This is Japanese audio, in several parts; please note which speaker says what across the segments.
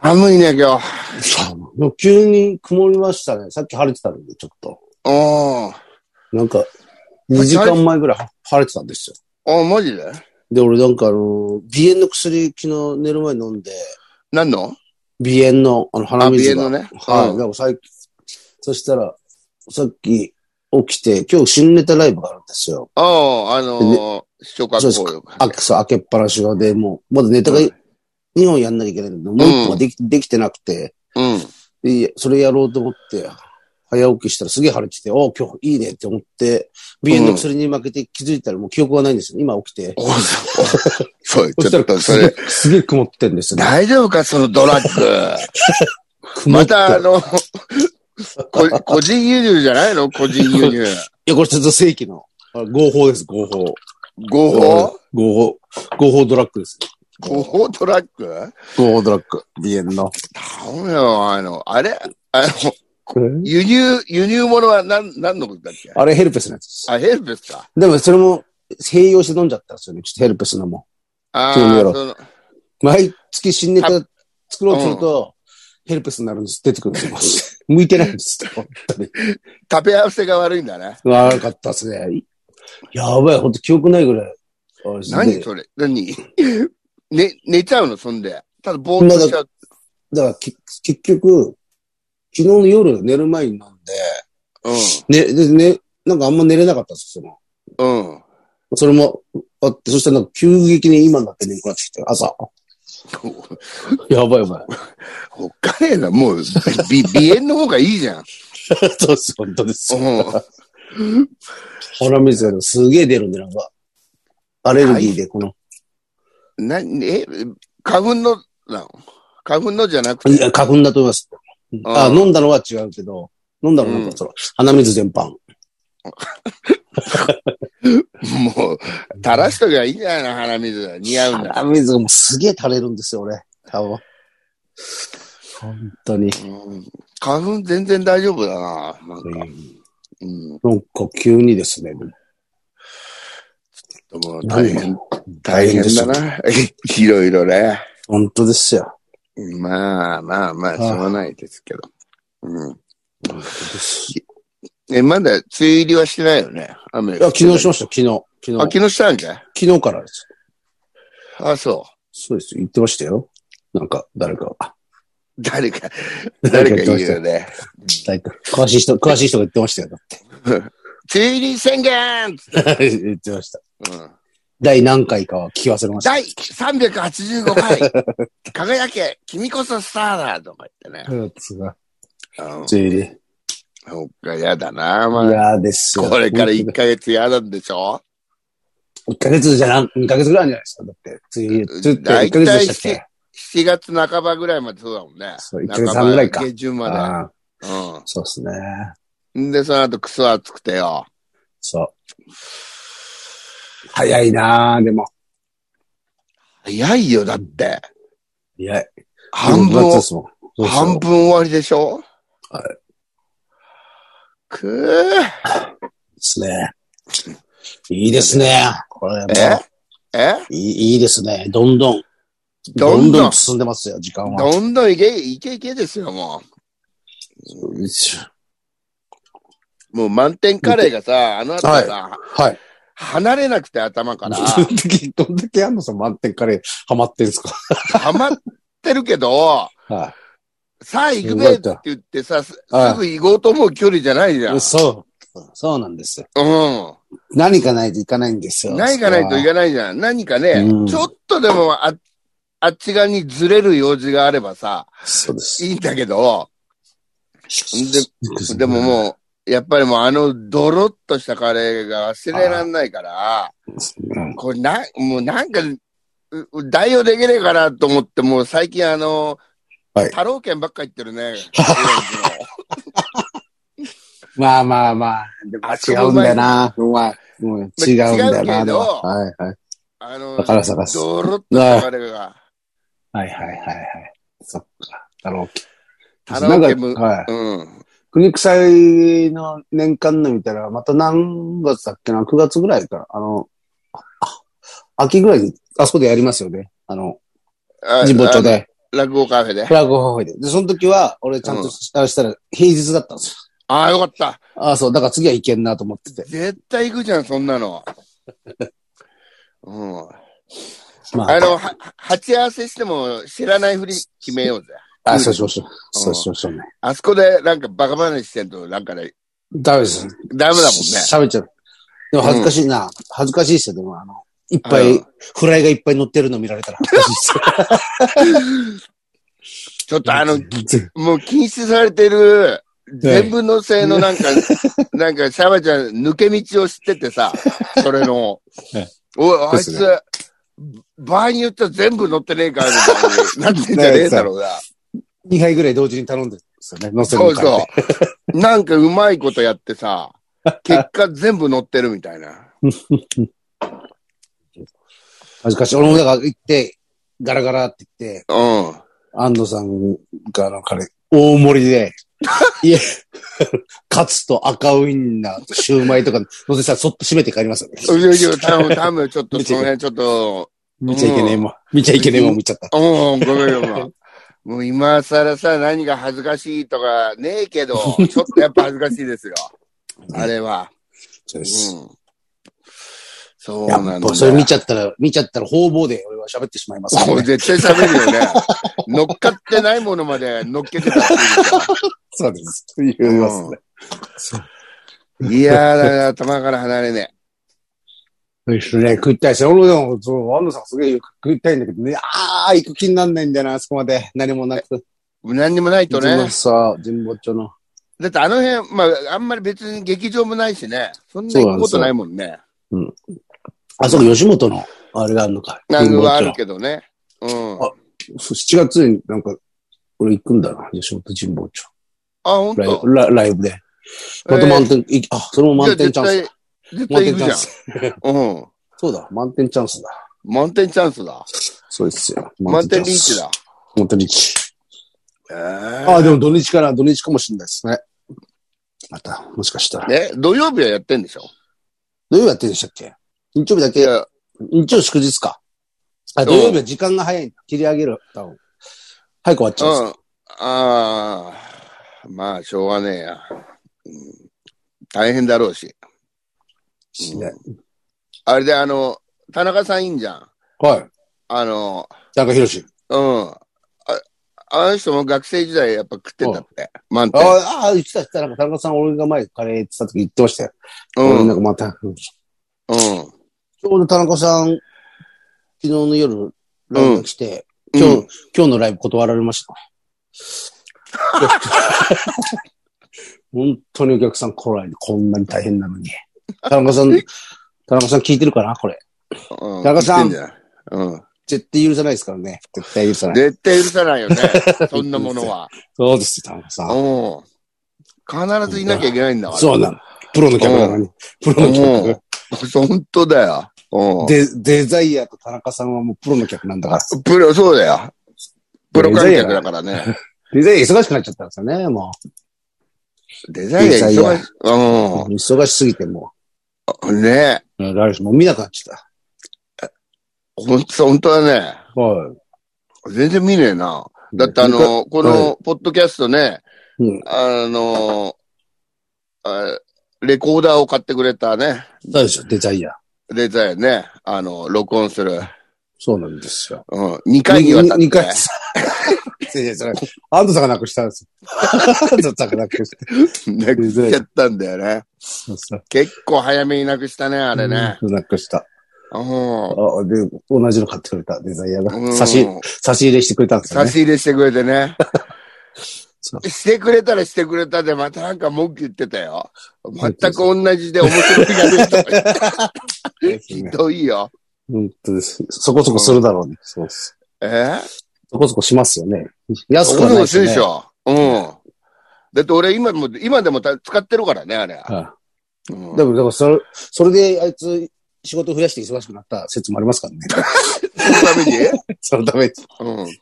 Speaker 1: 寒いね、今日。
Speaker 2: そう。急に曇りましたね。さっき晴れてたので、ちょっと。
Speaker 1: あ
Speaker 2: なんか、2時間前ぐらいは晴れてたんですよ。
Speaker 1: あ。ああ、マジで
Speaker 2: で、俺なんかあの、鼻炎の薬昨日寝る前に飲んで、
Speaker 1: 何の
Speaker 2: 鼻炎の、あの、鼻水が。
Speaker 1: あ鼻炎のね
Speaker 2: はい。
Speaker 1: うん
Speaker 2: なんか最近、そしたら、さっき起きて、今日新ネタライブがあるんですよ。
Speaker 1: ああ、あのー、小学
Speaker 2: そ
Speaker 1: 校よ。
Speaker 2: あ、そう、開けっぱなしがで、もう、まだネタが
Speaker 1: うん
Speaker 2: 2本やんなきゃいけないんだけど、もう1本ができ,、できてなくて、
Speaker 1: うん。
Speaker 2: いやそれやろうと思って、早起きしたらすげえ晴れてて、お今日いいねって思って、鼻炎の薬に負けて気づいたらもう記憶がないんですよ。今起きて。
Speaker 1: おそうそう、
Speaker 2: そし
Speaker 1: ち
Speaker 2: た
Speaker 1: ょっと
Speaker 2: ら
Speaker 1: そ
Speaker 2: すげえ
Speaker 1: れ、、
Speaker 2: すげえ曇ってんです ね。
Speaker 1: 大丈夫か、そのドラッグ。
Speaker 2: 曇
Speaker 1: ま
Speaker 2: って
Speaker 1: た、あの、こ個人輸入じゃないの個人輸入。
Speaker 2: いや、これちょっと正規の。あ合法です、合法。
Speaker 1: 合法
Speaker 2: 合法。合法ドラッグです。
Speaker 1: 合法ドラッグ
Speaker 2: 合法ドラッグ。鼻炎の。
Speaker 1: 頼むよ、あの、あれあの、輸入、輸入物は何、何のことだっけ
Speaker 2: あれヘルペスのやつです。
Speaker 1: あ、ヘルペスか。
Speaker 2: でもそれも併用して飲んじゃったんですよね。ちょっとヘルペスのも。
Speaker 1: ああ、
Speaker 2: そうやろ
Speaker 1: その、
Speaker 2: 毎月新ネタ作ろうとすると、ヘルペスになるんです。出てくるんです。 向いてないんです。本当に。
Speaker 1: 食べ合わせが悪いんだね。
Speaker 2: 悪かったですね。やばい、本当記憶ないぐらい。あれですね
Speaker 1: 何それ何 寝、寝ちゃうのそんで。ただぼーっとしちゃう。
Speaker 2: だからき結局、昨日の夜寝る前に飲んで、ね、で、ね、なんかあんま寝れなかったんですよ、その。
Speaker 1: うん。うん。
Speaker 2: それもあって、そしたらなんか急激に今になって眠くなってきて、朝。やばいやばい。
Speaker 1: おっかねえな。もう、 び鼻炎の方がいいじゃん。
Speaker 2: そうです、本当です。
Speaker 1: う
Speaker 2: 鼻水がねすげえ出るんで、なんか。アレルギーで、この。
Speaker 1: ん。な、え、花粉の、なの花粉のじゃなくて。
Speaker 2: いや、花粉だと思います。あ、
Speaker 1: うん
Speaker 2: 飲んだのは違うけど、飲んだのはなん
Speaker 1: う
Speaker 2: か
Speaker 1: ん
Speaker 2: その、鼻水全般。
Speaker 1: もう、垂らしときゃいいんじゃないの鼻水。似合うんだ。
Speaker 2: 鼻水がもうすげえ垂れるんですよ、俺。多分。本当に。
Speaker 1: うん花粉全然大丈夫だな。なん
Speaker 2: うん
Speaker 1: か、うん。
Speaker 2: なんか急にですね。
Speaker 1: でも大
Speaker 2: 何
Speaker 1: 変、大変だ
Speaker 2: ね。
Speaker 1: な。 いろいろね。
Speaker 2: 本当ですよ。
Speaker 1: まあまあまあ、しょうがないですけど。うん。
Speaker 2: 本当です
Speaker 1: え、まだ梅雨入りはしてないよね。雨。
Speaker 2: いや、昨日しました、昨日。
Speaker 1: あ、
Speaker 2: 昨日。
Speaker 1: 昨日したんかい
Speaker 2: 昨日からです。
Speaker 1: あ、そ
Speaker 2: そうです。言ってましたよ。なんか、誰かが。
Speaker 1: う。 誰か、誰か言う
Speaker 2: 言
Speaker 1: よ
Speaker 2: って
Speaker 1: ね。
Speaker 2: 誰か詳しい人、詳しい人が言ってましたよ。
Speaker 1: 梅雨入り宣言
Speaker 2: 言って ました。
Speaker 1: うん。
Speaker 2: 第何回かは聞き忘れました。
Speaker 1: 第385回、 輝け、君こそスターだとか言ってね。
Speaker 2: やつが。
Speaker 1: うん。
Speaker 2: ついに。
Speaker 1: そっか、やだな、まあ。
Speaker 2: 嫌ですよ。
Speaker 1: これから1
Speaker 2: 一
Speaker 1: ヶ月やなんでしょ
Speaker 2: ヶ月じゃな、2ヶ月ぐらいあるんじゃないですか。だって、つい、ついって1ヶ月でしたっけ
Speaker 1: ?7 月半ばぐらいまでそうだもんね。
Speaker 2: そう一ヶ月半ぐらいか
Speaker 1: 半ば下旬ま
Speaker 2: ああ、
Speaker 1: で。
Speaker 2: そうですね。
Speaker 1: うん。んで、その後クソ暑くてよ。
Speaker 2: そう。早いなぁ、でも。
Speaker 1: 早いよ、だって。
Speaker 2: 早い。
Speaker 1: 半分
Speaker 2: 6
Speaker 1: を
Speaker 2: 月ですもんそうそう
Speaker 1: 半分終わりでしょ
Speaker 2: はい。
Speaker 1: くー
Speaker 2: ですね。いいですね。これ、
Speaker 1: ええ
Speaker 2: いいいいですね。どんどん。
Speaker 1: どんどん
Speaker 2: 進んでますよ、時間は。
Speaker 1: どんどんいけ、いけいけですよ、もう。もう満点カレーがさ、あの後さ、
Speaker 2: はい。
Speaker 1: 離れなくて頭から、
Speaker 2: どんだけ、どんだけ安野さん満点カレーハマってんすか
Speaker 1: ハマってるけど、
Speaker 2: は
Speaker 1: さあ行くべって言ってさ、す
Speaker 2: はい
Speaker 1: すぐ行こうと思う距離じゃないじゃん。う
Speaker 2: い。そう。そうなんですよ。
Speaker 1: ん。
Speaker 2: 何かないといかないんですよ。
Speaker 1: 何かないとい
Speaker 2: ない。
Speaker 1: けないじゃん。何かね、
Speaker 2: うん
Speaker 1: ちょっとでもああっち側にずれる用事があればさ、
Speaker 2: そうです。
Speaker 1: いいんだけど、ででも
Speaker 2: う。
Speaker 1: もう、やっぱりもうあのドロッとしたカレーが忘れらんないから、これな、もうなんか、うう代用できねえかなと思って、もう最近あの、
Speaker 2: はい
Speaker 1: 太郎券ばっか言ってる ね。
Speaker 2: まあまあまあ。でも違うんだよな。うまい。うん違うんだよ
Speaker 1: 違う
Speaker 2: な。
Speaker 1: け
Speaker 2: で
Speaker 1: ど
Speaker 2: もはいはい。
Speaker 1: あの
Speaker 2: だ、から探す。
Speaker 1: ドロッと
Speaker 2: はい
Speaker 1: あれが、
Speaker 2: はいはいはいはい。そっか。だろうき。
Speaker 1: 太郎券
Speaker 2: なん
Speaker 1: も、
Speaker 2: かはい。
Speaker 1: うん。
Speaker 2: 国臭いの年間の見たら、また何月だっけな ?9 月ぐらいから、あの、あ秋ぐらいに、あそこでやりますよね。あの、
Speaker 1: あ
Speaker 2: 神保町
Speaker 1: あ
Speaker 2: で。
Speaker 1: 落語カフェで。
Speaker 2: ラグホホイで。で、その時は、俺ちゃんとあれしたら平日だったんです
Speaker 1: ああ、よかった。
Speaker 2: よ。ああ、そう。だから次はいけんなと思ってて。
Speaker 1: 絶対行くじゃん、そんなの。うん。
Speaker 2: まあ、
Speaker 1: あの、は、鉢合わせしても知らないふり決めようぜ。
Speaker 2: あ、そうしましょう。そうしましょうね。
Speaker 1: あそこでなんかバカ話してんと、なんかね、
Speaker 2: ダメです。
Speaker 1: ダメだもんね。
Speaker 2: 喋っちゃう。でも恥ずかしいな。恥ずかしいっすよ、でもあの、いっぱい、フライがいっぱい乗ってるの見られたら恥ずかしいっすよ。
Speaker 1: ちょっと あの、もう禁止されてる、全部の性のなんか、なんか、シャバちゃん抜け道を知っててさ、それの
Speaker 2: ええ、
Speaker 1: おい、あい
Speaker 2: で
Speaker 1: つ
Speaker 2: す、
Speaker 1: 場合によっては全部乗ってねえからみたいになってんじゃねえだろうな。
Speaker 2: 2杯ぐらい同時に頼んでるんですよね。乗せる
Speaker 1: そ
Speaker 2: の
Speaker 1: う
Speaker 2: からね
Speaker 1: そう。なんかうまいことやって さ、結果全部乗ってるみたいな。
Speaker 2: 恥ずかしい。俺もだから行って、ガラガラって言って、
Speaker 1: うん。
Speaker 2: 安藤さんがなんかね、大盛り で、いえ、カツと赤ウインナーとシューマイとか乗せたらそっと閉めて帰りますよね。
Speaker 1: いやいや、頼む、頼む、ちょっとその辺ちょっと、
Speaker 2: 見ちゃいけねえもん。見ちゃいけねえもん見ちゃった。
Speaker 1: うん、ごめんごめん。もう今更さ、何が恥ずかしいとかねえけど、ちょっとやっぱ恥ずかしいですよ。あれは。
Speaker 2: そう
Speaker 1: う
Speaker 2: です。
Speaker 1: ん。そう
Speaker 2: や
Speaker 1: なん
Speaker 2: っ
Speaker 1: だ。
Speaker 2: ぱそれ見ちゃったら、見ちゃったら方々で俺は喋ってしまいますから
Speaker 1: これ
Speaker 2: ね。
Speaker 1: 絶対喋るよね。乗っかってないものまで乗っけてたって
Speaker 2: そうです。言いますね。そう
Speaker 1: いうか。いやー、だから頭から離れね
Speaker 2: ですね。食いたいですよ。俺でも、そう、安藤さんすげえ食いたいんだけどね。ああ、行く気になんないんだよな、あそこまで。何もなく。
Speaker 1: え。何にもないとね。
Speaker 2: さ、神保町の。
Speaker 1: だってあの辺、まあ、あんまり別に劇場もないしね。そんな行くことないもんね。
Speaker 2: あそこ吉本の、あれがあるのか。
Speaker 1: なんかはあ
Speaker 2: 神保
Speaker 1: る
Speaker 2: 町
Speaker 1: けどね。うん。あ
Speaker 2: あ、そう7月になんか、俺行くんだな、吉本神保町。
Speaker 1: 本
Speaker 2: ライ
Speaker 1: 当。
Speaker 2: ブ、ラライブで。また満点、いあ、それも満点チャンスだ。
Speaker 1: 絶
Speaker 2: 満
Speaker 1: 対
Speaker 2: 点
Speaker 1: 行く
Speaker 2: チャン
Speaker 1: じゃん。
Speaker 2: ス。
Speaker 1: うん。
Speaker 2: そうだ、満点チャンスだ。
Speaker 1: 満点チャンスだ。
Speaker 2: そうですよ。
Speaker 1: 満点リー
Speaker 2: チャン
Speaker 1: チ
Speaker 2: ス。
Speaker 1: だ。
Speaker 2: 満点リーチ。
Speaker 1: え
Speaker 2: ああ、でも土日から、土日かもしれないですね。また、もしかしたら。
Speaker 1: え、土曜日はやってんでしょ
Speaker 2: 土曜日やってるんでしたっけ日曜日だ
Speaker 1: い
Speaker 2: け、
Speaker 1: や、
Speaker 2: 日曜祝日か。あ、土曜日は時間が早いんだ。切り上げる。多分早く終わっち
Speaker 1: う
Speaker 2: ゃうん
Speaker 1: ん。ああ、まあ、しょうがねえや。うん大変だろうし。
Speaker 2: です
Speaker 1: うん
Speaker 2: ね。
Speaker 1: あれで、あの、田中さんいいんじゃん。
Speaker 2: はい。
Speaker 1: あの、
Speaker 2: 田中宏。
Speaker 1: うん。ああの人も学生時代やっぱ食ってんだって。満
Speaker 2: あ
Speaker 1: 点。
Speaker 2: あ、ああ言ってた、言ってた。なんか田中さん、俺が前カレー言ってた時言ってましたよ。
Speaker 1: うん。
Speaker 2: 俺
Speaker 1: う
Speaker 2: なん
Speaker 1: ん。
Speaker 2: かまた、うんちょうど田中さん、昨日の夜、ライブ来て、今日、
Speaker 1: うん
Speaker 2: 今日のライブ断られました。 本当にお客さん来ないで、こんなに大変なのに。田中さん、田中さん聞いてるかなこれ。
Speaker 1: うん。
Speaker 2: 田中さん
Speaker 1: 食ってじゃんうん。
Speaker 2: 絶対許さないですからね。絶対許さない。
Speaker 1: 絶対許さない よね。そんなものは。
Speaker 2: そうですよ、田中さん。
Speaker 1: うん。必ずいなきゃいけないんだから。
Speaker 2: そうなの。プロの客なのに。プロの客。
Speaker 1: 本当だよ。う
Speaker 2: デデザイアと田中さんはもうプロの客なんだから。
Speaker 1: ん。プロ、そうだよ。プロ観客だからね。
Speaker 2: デザイア忙しくなっちゃったんですよね、も
Speaker 1: デザインが
Speaker 2: デザイ
Speaker 1: 忙
Speaker 2: ン。
Speaker 1: しいう
Speaker 2: 忙しすぎても
Speaker 1: ん。ねえ。
Speaker 2: う。うん来週もう見なくなっちゃっ
Speaker 1: ほんと、本当だね。
Speaker 2: た。はい。
Speaker 1: 全然見ねえな。だってあの、この、ポッドキャストね、
Speaker 2: うん、
Speaker 1: あの、あレコーダーを買ってくれたね、
Speaker 2: 誰でしょう、デザイア。
Speaker 1: デザインね、あの、録音する。
Speaker 2: そうなんですよ。
Speaker 1: うん。2回にわたっ て。
Speaker 2: 二回。先生、それ、アンドさんがなくしたんですよ。アンドさんがなくした。
Speaker 1: なく しちゃったんだよね。
Speaker 2: そうそう
Speaker 1: 結構早めになくしたね、あれね。
Speaker 2: うんなくした。
Speaker 1: うん
Speaker 2: あ。で、同じの買ってくれた、デザイア
Speaker 1: う
Speaker 2: が。
Speaker 1: ん
Speaker 2: 差し、差し入れしてくれたんですよ
Speaker 1: 差
Speaker 2: ね
Speaker 1: し。入れしてくれてね。
Speaker 2: そう
Speaker 1: してくれたらしてくれたで、またなんか文句言ってたよ。全く同じで面白いがねえとか言って。ひどいよ。
Speaker 2: 本当です。そこそこするだろうね。そうです。
Speaker 1: え
Speaker 2: そこそこしますよね。安くは
Speaker 1: そう
Speaker 2: ない
Speaker 1: で
Speaker 2: ですす
Speaker 1: で
Speaker 2: ね。
Speaker 1: しょ。うん。だって俺今も、今でもた使ってるからね、あれ。
Speaker 2: は
Speaker 1: うん
Speaker 2: い。でも、でもそれ、それであいつ、仕事増やして忙しくなった説もありますからね。
Speaker 1: そのために
Speaker 2: そのために。
Speaker 1: うん。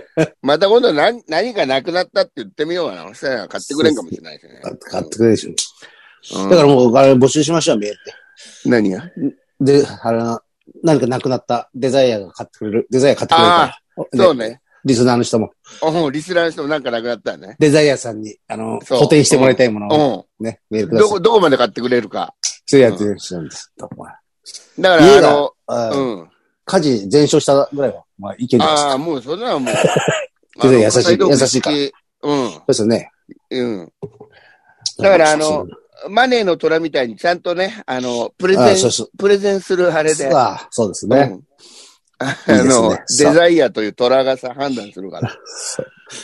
Speaker 1: また今度何何かなくなったって言ってみようかな。そしたら買ってくれんかもしれないしね。
Speaker 2: 買ってくれるでしょ。
Speaker 1: うん
Speaker 2: だからもう、あれ募集しましょう、メール
Speaker 1: 何が
Speaker 2: で。で、あれな、何かなくなったデザイアが買ってくれる。デザイア買ってくれるから。
Speaker 1: ああ、そうね。
Speaker 2: リスナーの人も。
Speaker 1: うん、リスナーの人もなんかなくなったよね。
Speaker 2: デザイアさんに、あの、
Speaker 1: そう
Speaker 2: 補填してもらいたいものを
Speaker 1: う
Speaker 2: ね、メール
Speaker 1: ん。
Speaker 2: くだ
Speaker 1: ど
Speaker 2: さい。
Speaker 1: こ、どこまで買ってくれるか。
Speaker 2: そういうやつなんです。どこま
Speaker 1: だか
Speaker 2: で
Speaker 1: ら、
Speaker 2: 家
Speaker 1: あ
Speaker 2: が
Speaker 1: の、
Speaker 2: あー
Speaker 1: うん。
Speaker 2: 火事全焼したぐらいは、まあ、いけるんじゃないです
Speaker 1: あ
Speaker 2: か。。
Speaker 1: あ、もうそんなのもう。
Speaker 2: 全然優しい優しいから
Speaker 1: うん
Speaker 2: そうですよね。。
Speaker 1: うん。だからあのマネーの虎みたいにちゃんとね、あの、プレ
Speaker 2: あ
Speaker 1: ゼ
Speaker 2: ー、そう
Speaker 1: ン、
Speaker 2: そう。
Speaker 1: プレゼンするあれで。
Speaker 2: ああ、そうです
Speaker 1: う
Speaker 2: ね。
Speaker 1: んあ
Speaker 2: いいです
Speaker 1: の
Speaker 2: ね、
Speaker 1: デザイアという虎がさ、判断す るから。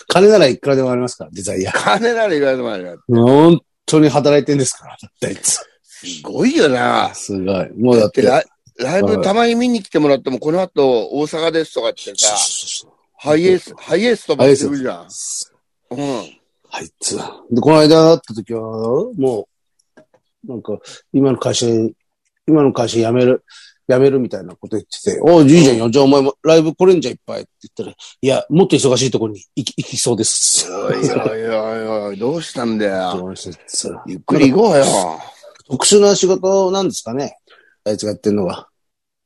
Speaker 2: 金ならいくらでもありますから、デザイア。
Speaker 1: 金なら言われてもあれだ
Speaker 2: 本当に働いてんですから、だってあいつ。
Speaker 1: すごいよな。
Speaker 2: すごい。もうだ
Speaker 1: だ
Speaker 2: っ。
Speaker 1: ってて
Speaker 2: そう
Speaker 1: ラ、ライブたまに見に来てもらっても、この後、大阪ですとかって
Speaker 2: そ
Speaker 1: さ
Speaker 2: う、そう
Speaker 1: ハイエース、ハイエース飛ばしてるじゃん。
Speaker 2: そう
Speaker 1: うん。
Speaker 2: あいつ。で、この間会った時は、もう、なんか、今の会社、今の会社辞める、辞めるみたいなこと言ってて、おう、いいじゃんよ。じゃあお前もライブ来れんじゃんいっぱいって言ったら、いや、もっと忙しいところに行き行きそうです。
Speaker 1: おいおいおいおい、どうしたんだよ。
Speaker 2: そう
Speaker 1: ゆっくり行こうよ。
Speaker 2: 特殊な仕事なんですかねあいつがやってんのが。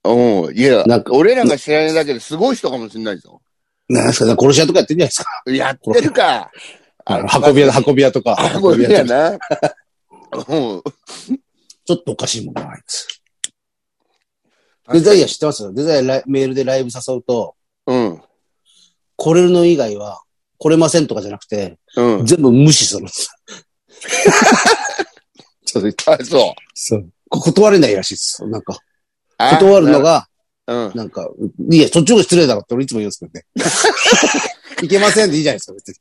Speaker 1: うん。いや
Speaker 2: なん、か
Speaker 1: 俺らが知らないだけですごい人かもしれないぞ。
Speaker 2: なんですかね殺し屋とかやってんじゃないですか
Speaker 1: やってるか。
Speaker 2: あの運び屋、運び屋とか。
Speaker 1: 運びや
Speaker 2: とか
Speaker 1: な。うん。
Speaker 2: ちょっとおかしいもんな、あいつ。デザイア知ってますデザイアライメールでライブ誘うと、
Speaker 1: うん。
Speaker 2: 来れるの以外は、来れませんとかじゃなくて、
Speaker 1: うん。
Speaker 2: 全部無視するんです。ちょっと
Speaker 1: あ、そう。
Speaker 2: そう。断れないらしいです。なんか、
Speaker 1: あ
Speaker 2: 断るの。が、
Speaker 1: なうん。
Speaker 2: なんか、いや、そっちの方が失礼だろって俺いつも言うんですけどね。いけませんでいいじゃないですか、別に。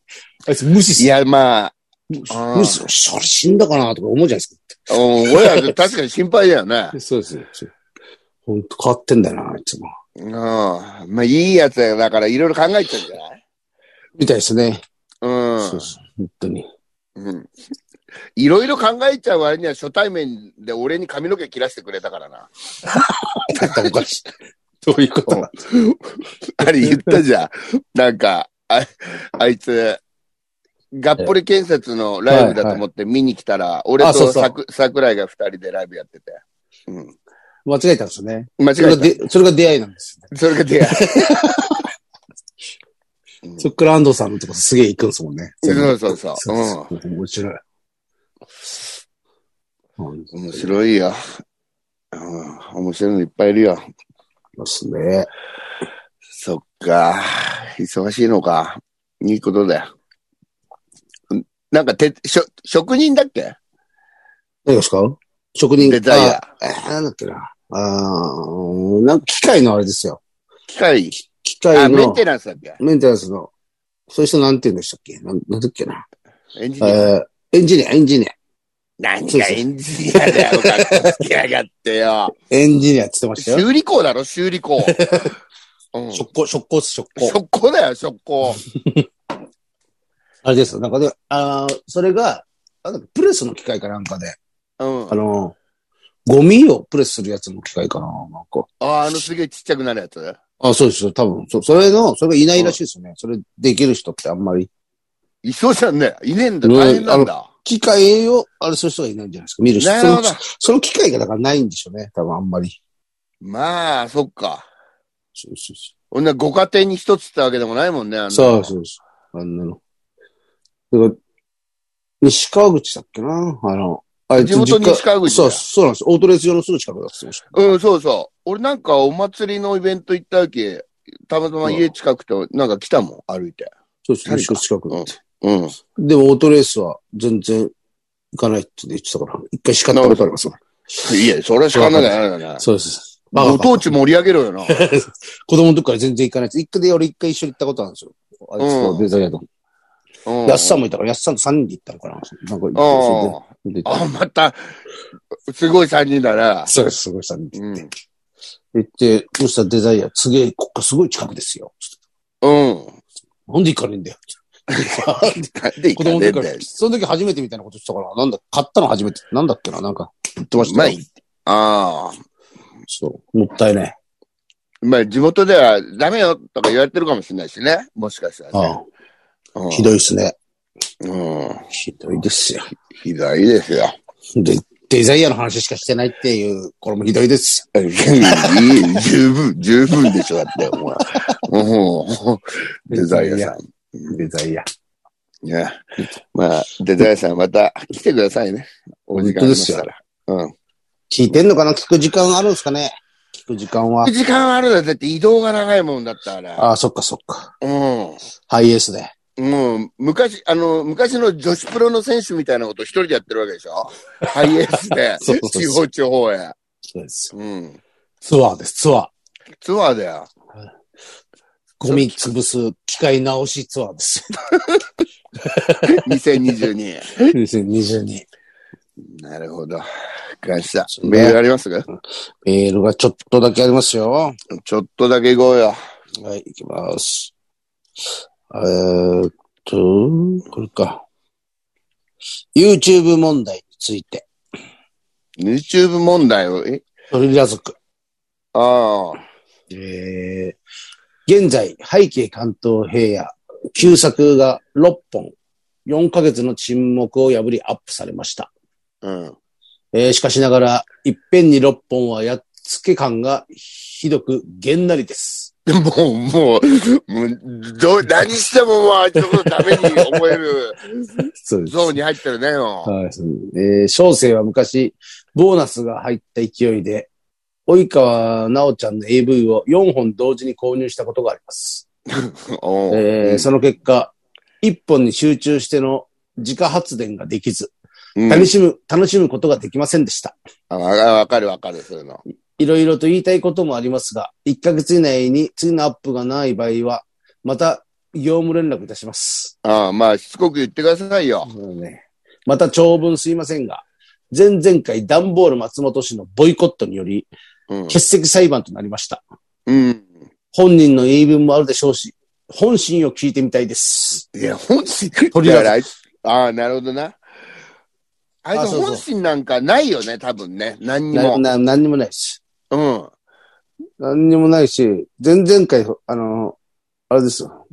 Speaker 2: あいつ無視
Speaker 1: い
Speaker 2: する。
Speaker 1: や、まあ、うん
Speaker 2: 無視する。それ死んだかなとか思うじゃないです
Speaker 1: うん俺ら確かに心配だよね
Speaker 2: か。。そうですね。本当変わってんだよな、いつも。
Speaker 1: うん。まあ、いいやつだから、いろいろ考えちゃうんじゃない
Speaker 2: みたいですね。そううそう。本当 に。
Speaker 1: ん。うん。いろいろ考えちゃう割には初対面で俺に髪の毛切らしてくれたからな。
Speaker 2: だったらおかしい。どういうこ
Speaker 1: うんあれ言ったじゃん。なんか、ああいつ、がっぽり建設のライブだと思って見に来たら、俺
Speaker 2: あそう
Speaker 1: と
Speaker 2: そう
Speaker 1: さく桜井が二人でライブやってて。うん。
Speaker 2: 間違えたんですよね。
Speaker 1: 間
Speaker 2: それ
Speaker 1: 違
Speaker 2: が
Speaker 1: えた。
Speaker 2: で、それが出会いなんですよね。
Speaker 1: それが出会 い。うん
Speaker 2: そっから安藤さんのとこすげえ行くんですもんね。
Speaker 1: そうそうそう
Speaker 2: そうそう面白い。うん
Speaker 1: 面白いよ。うん、面白いのいっぱいいるよ。
Speaker 2: ですね。
Speaker 1: そっか。忙しいのか。いいことだよ。うんなんか、て、しょ、職人だっけ
Speaker 2: 何ですか職人
Speaker 1: デザイ
Speaker 2: あ
Speaker 1: ア。
Speaker 2: えー、なんだっけな。あーなんか機械のあれですよ。
Speaker 1: 機械。
Speaker 2: 機
Speaker 1: あ、
Speaker 2: 械
Speaker 1: メン
Speaker 2: の
Speaker 1: テナンスだっけ
Speaker 2: メンテナンスの、そういう人なんて言うんでしたっけなんなんだっけな。
Speaker 1: エンジ
Speaker 2: え
Speaker 1: ニア。
Speaker 2: ーエンジニア、エンジニア。
Speaker 1: 何がエンジニアだよ。かっこつけやがって よ。
Speaker 2: エンジニアって言ってましたよ。
Speaker 1: 修理工だろ、修 理工。うん。
Speaker 2: 食工、食工っす、食工。
Speaker 1: 食工だよ、食工。
Speaker 2: あれですよ。なんかで、あーそれが、あなんかプレスの機械かなんかで、
Speaker 1: うん
Speaker 2: あ。の、ゴミをプレスするやつの機械かななんか。
Speaker 1: あ、あのすげえちっちゃくなるやつ。
Speaker 2: あ、そうですよ。多分、そ、それの、それがいないらしいですよね。それできる人ってあんまり。
Speaker 1: いそうじゃんね。いねえんだ。大変なんだ。
Speaker 2: 機械を、あれする人がいないんじゃないですか。見る人。
Speaker 1: なるほど
Speaker 2: その。その機械がだからないんでしょうね。多分あんまり。
Speaker 1: まあ、そっか。
Speaker 2: そうそうそ
Speaker 1: こんなご家庭に一つってわけでもないもんね。あんな
Speaker 2: う。
Speaker 1: の
Speaker 2: そうそうそう。あんなの。だから、西川口だっけなあの、あいつ
Speaker 1: 地
Speaker 2: 実
Speaker 1: 元
Speaker 2: 家
Speaker 1: 西川口だ
Speaker 2: そう、そうなんですよ。オートレース用のすぐ近くだって言ってました。
Speaker 1: うん、そうそう。俺なんかお祭りのイベント行った時、たまたま家近くて、なんか来たもん、歩いて。
Speaker 2: そうそう、
Speaker 1: 確
Speaker 2: 西
Speaker 1: か
Speaker 2: 川口近くだって。
Speaker 1: うん。
Speaker 2: でもオートレースは全然行かないって言ってたから、一回叱ったことありますもん
Speaker 1: いや、それはしかないだよね。
Speaker 2: そうです。バカ
Speaker 1: ご
Speaker 2: バカ
Speaker 1: 当地盛り上げろよな。
Speaker 2: 子供の時から全然行かないって。一回で俺一回一緒に行ったことあるんですよ。あいつとデザイアと。
Speaker 1: うん。
Speaker 2: やっさんもいたから、やっさんと三人で行ったのかな。なんか
Speaker 1: あ
Speaker 2: 一緒で
Speaker 1: あ、また、すごい三人だな。
Speaker 2: そうです、すごい三人で
Speaker 1: う
Speaker 2: 行っ
Speaker 1: ん。
Speaker 2: て。行って、そしたらデザイア、すげえ、こっからすごい近くですよ。
Speaker 1: うん。
Speaker 2: なんで行かねえん だよ。
Speaker 1: なんで行
Speaker 2: 子
Speaker 1: か
Speaker 2: 供の
Speaker 1: ね
Speaker 2: 時
Speaker 1: えん
Speaker 2: か
Speaker 1: だ
Speaker 2: ら
Speaker 1: よ、。
Speaker 2: その時初めてみたいなことしたから、なんだ、買ったの初めて。なんだっけな、なんか、言ってました
Speaker 1: まあ
Speaker 2: よ。
Speaker 1: ああ。
Speaker 2: そう、もったいない。
Speaker 1: まあ、地元ではダメよとか言われてるかもしれないしね。もしかしたら
Speaker 2: あ
Speaker 1: ね。
Speaker 2: あ
Speaker 1: うん
Speaker 2: ひどいですね。
Speaker 1: うん。
Speaker 2: ひどいですよ。
Speaker 1: ひどいですよ。
Speaker 2: で、デザイアの話しかしてないっていう、これもひどいです。
Speaker 1: いい 十分、十分でしょ、だって、お前。うんデザイアさ
Speaker 2: デザイア。
Speaker 1: ん。ね。まあ、デザイアさん、また来てくださいね。お時間ありましたら。うん。
Speaker 2: 聞いてんのかな聞く時間あるんですかね聞く時間は。
Speaker 1: 時間あるだだって移動が長いもんだったから。
Speaker 2: ああ、そっかそっか。
Speaker 1: うん。
Speaker 2: ハイエースで。
Speaker 1: もう、昔、あの、昔の女子プロの選手みたいなこと一人でやってるわけでしょハイエースで
Speaker 2: そうそう、そう
Speaker 1: 地方地方へ。
Speaker 2: そうです。
Speaker 1: うん。
Speaker 2: ツアーです、ツアー。
Speaker 1: ツアーだよ。
Speaker 2: ゴミ潰す機械直しツアーです。
Speaker 1: 2022。
Speaker 2: 2022。
Speaker 1: なるほど。感謝。メールありますか
Speaker 2: メールがちょっとだけありますよ。
Speaker 1: ちょっとだけ行こうよ。
Speaker 2: はい、いきます。えーっと、これか。YouTube 問題について、
Speaker 1: YouTube 問題を、え
Speaker 2: 鳥家族。
Speaker 1: ああ、
Speaker 2: えー、現在、背景関東平野、旧作が6本、4ヶ月の沈黙を破りアップされました。
Speaker 1: うん。
Speaker 2: えーしかしながら、一遍に6本はやっつけ感がひどく、げんなりです。
Speaker 1: でもう、もう、もう、どう、何してももうあいつのために思える
Speaker 2: そうで
Speaker 1: ゾーンに入ってるね、も
Speaker 2: はい、そうえー小生は昔、ボーナスが入った勢いで、及川奈緒ちゃんの AV を4本同時に購入したことがあります。
Speaker 1: う。おう
Speaker 2: えーその結果、1本に集中しての自家発電ができず、
Speaker 1: うん
Speaker 2: 楽しむ、楽しむことができませんでした。
Speaker 1: あわかわかるわかる、そういうの。
Speaker 2: いろいろと言いたいこともありますが、1ヶ月以内に次のアップがない場合は、また業務連絡いたします。
Speaker 1: ああ、まあ、しつこく言ってくださいよ。
Speaker 2: そうね。また長文すいませんが、前々回段ボール松本氏のボイコットにより
Speaker 1: うん。
Speaker 2: 欠席裁判となりました。
Speaker 1: うん。
Speaker 2: 本人の言い分もあるでしょうし、本心を聞いてみたいです。
Speaker 1: いや、本心、
Speaker 2: 鳥だぞ
Speaker 1: だからあいつああ、なるほどな。あい
Speaker 2: あ
Speaker 1: つ
Speaker 2: そうそう
Speaker 1: 本心なんかないよね、多分ね。何に
Speaker 2: な、
Speaker 1: も。
Speaker 2: な、何にもないし。
Speaker 1: うん。
Speaker 2: 何にもないし、前々回、あの、あれですよ。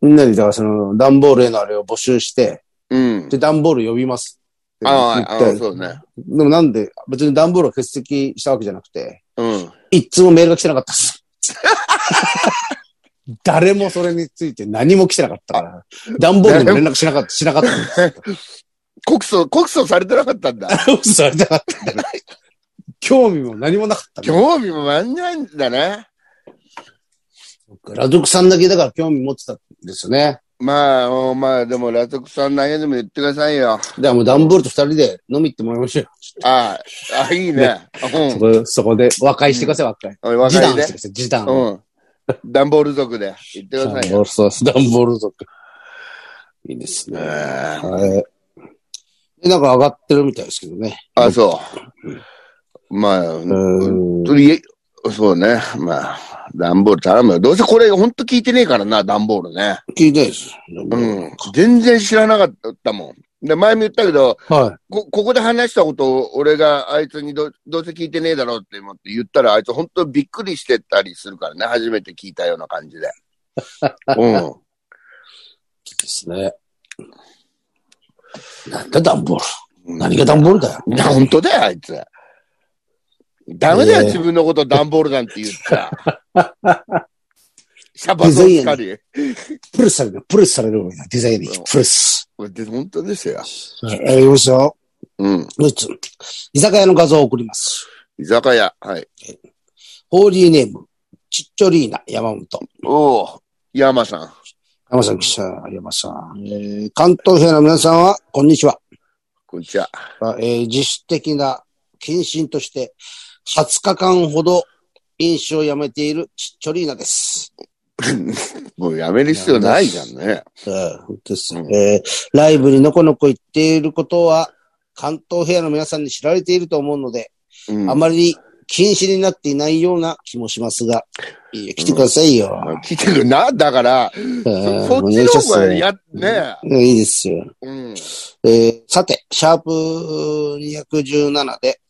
Speaker 2: みんなに、だからその、段ボールへのあれを募集して、
Speaker 1: うん
Speaker 2: で、。段ボール呼びますって言
Speaker 1: ああ、ああ
Speaker 2: っ
Speaker 1: そうね。
Speaker 2: て。でもなんで、別に段ボールは欠席したわけじゃなくて、
Speaker 1: うん。
Speaker 2: 一通もメールが来てなかった です。誰もそれについて何も来てなかったから。段ボールにも連絡しなかった、しなかったんです。
Speaker 1: 告訴、告訴されてなかったんだ。
Speaker 2: 嘘されなかったんだね興味も何もなかったね、
Speaker 1: 興味も満々なんだね。
Speaker 2: ラドクさんだけだから興味持ってたんですよね。
Speaker 1: まあ、おまあ、でも、ラトクさん何でも言ってくださいよ。
Speaker 2: だからもう段ボールと二人で飲み行ってもらいましょうよ。
Speaker 1: ああ、あいいね。
Speaker 2: そこそこで和解してください、和解。
Speaker 1: うん。わ
Speaker 2: 示
Speaker 1: か
Speaker 2: 談
Speaker 1: り
Speaker 2: して
Speaker 1: ね
Speaker 2: く。ださい、示談。
Speaker 1: うん。段ボール族で言ってください
Speaker 2: 段
Speaker 1: よ。
Speaker 2: ボール、そうです、段ボール族。いいですね。
Speaker 1: えー
Speaker 2: はい。でなんか上がってるみたいですけどね。
Speaker 1: あ、そう。まあ、本
Speaker 2: うん
Speaker 1: 当に、そうね。まあ、段ボール頼むよ。どうせこれ、本当聞いてねえからな、段ボールね。
Speaker 2: 聞いたいです。
Speaker 1: うん。全然知らなかったもん。で、前も言ったけど、
Speaker 2: は
Speaker 1: こ、ここで話したことを、俺があいつにどどうせ聞いてねえだろうって思って言ったら、あいつ本当びっくりしてたりするからね、初めて聞いたような感 じで。うん。
Speaker 2: い。ですね。なんだ段ボール。何が
Speaker 1: だ
Speaker 2: 段ボールだよ。
Speaker 1: 本当だよ、あいつ。ダメだよ、
Speaker 2: ねえ
Speaker 1: 自分のこと段ボールなんて言ったら。 シャバそうしかり。
Speaker 2: プレスされる、プレスされるわけだ。デザインに
Speaker 1: うん。
Speaker 2: プレス。
Speaker 1: これで本当ですよ。
Speaker 2: はい、えー、よいしょ。
Speaker 1: うん。
Speaker 2: もう一つ。居酒屋の画像を送ります。
Speaker 1: 居酒屋。はい。
Speaker 2: ホーリーネーム、チッチョリーナ、山本。
Speaker 1: おお。山さん。
Speaker 2: 山さん、記者、山さん。えー、関東平の皆さんは、こんにちは。
Speaker 1: こんにちは。
Speaker 2: えー、自主的な謹慎として、20日間ほど飲酒をやめているチッチョリーナです。
Speaker 1: もうやめる必要ないじゃんね。
Speaker 2: うんです。
Speaker 1: うん
Speaker 2: えーライブにのこのこ行っていることは、関東平野の皆さんに知られていると思うので、
Speaker 1: うん
Speaker 2: あまり禁止になっていないような気もしますが、いいよ来てくださいよ。
Speaker 1: まあ聞いてくるな。だから、
Speaker 2: え
Speaker 1: そ
Speaker 2: ー
Speaker 1: そっちの方がや、
Speaker 2: ん
Speaker 1: ね
Speaker 2: うんいいですよ。
Speaker 1: え。うん。
Speaker 2: えーさて、シャープ217で、
Speaker 1: うん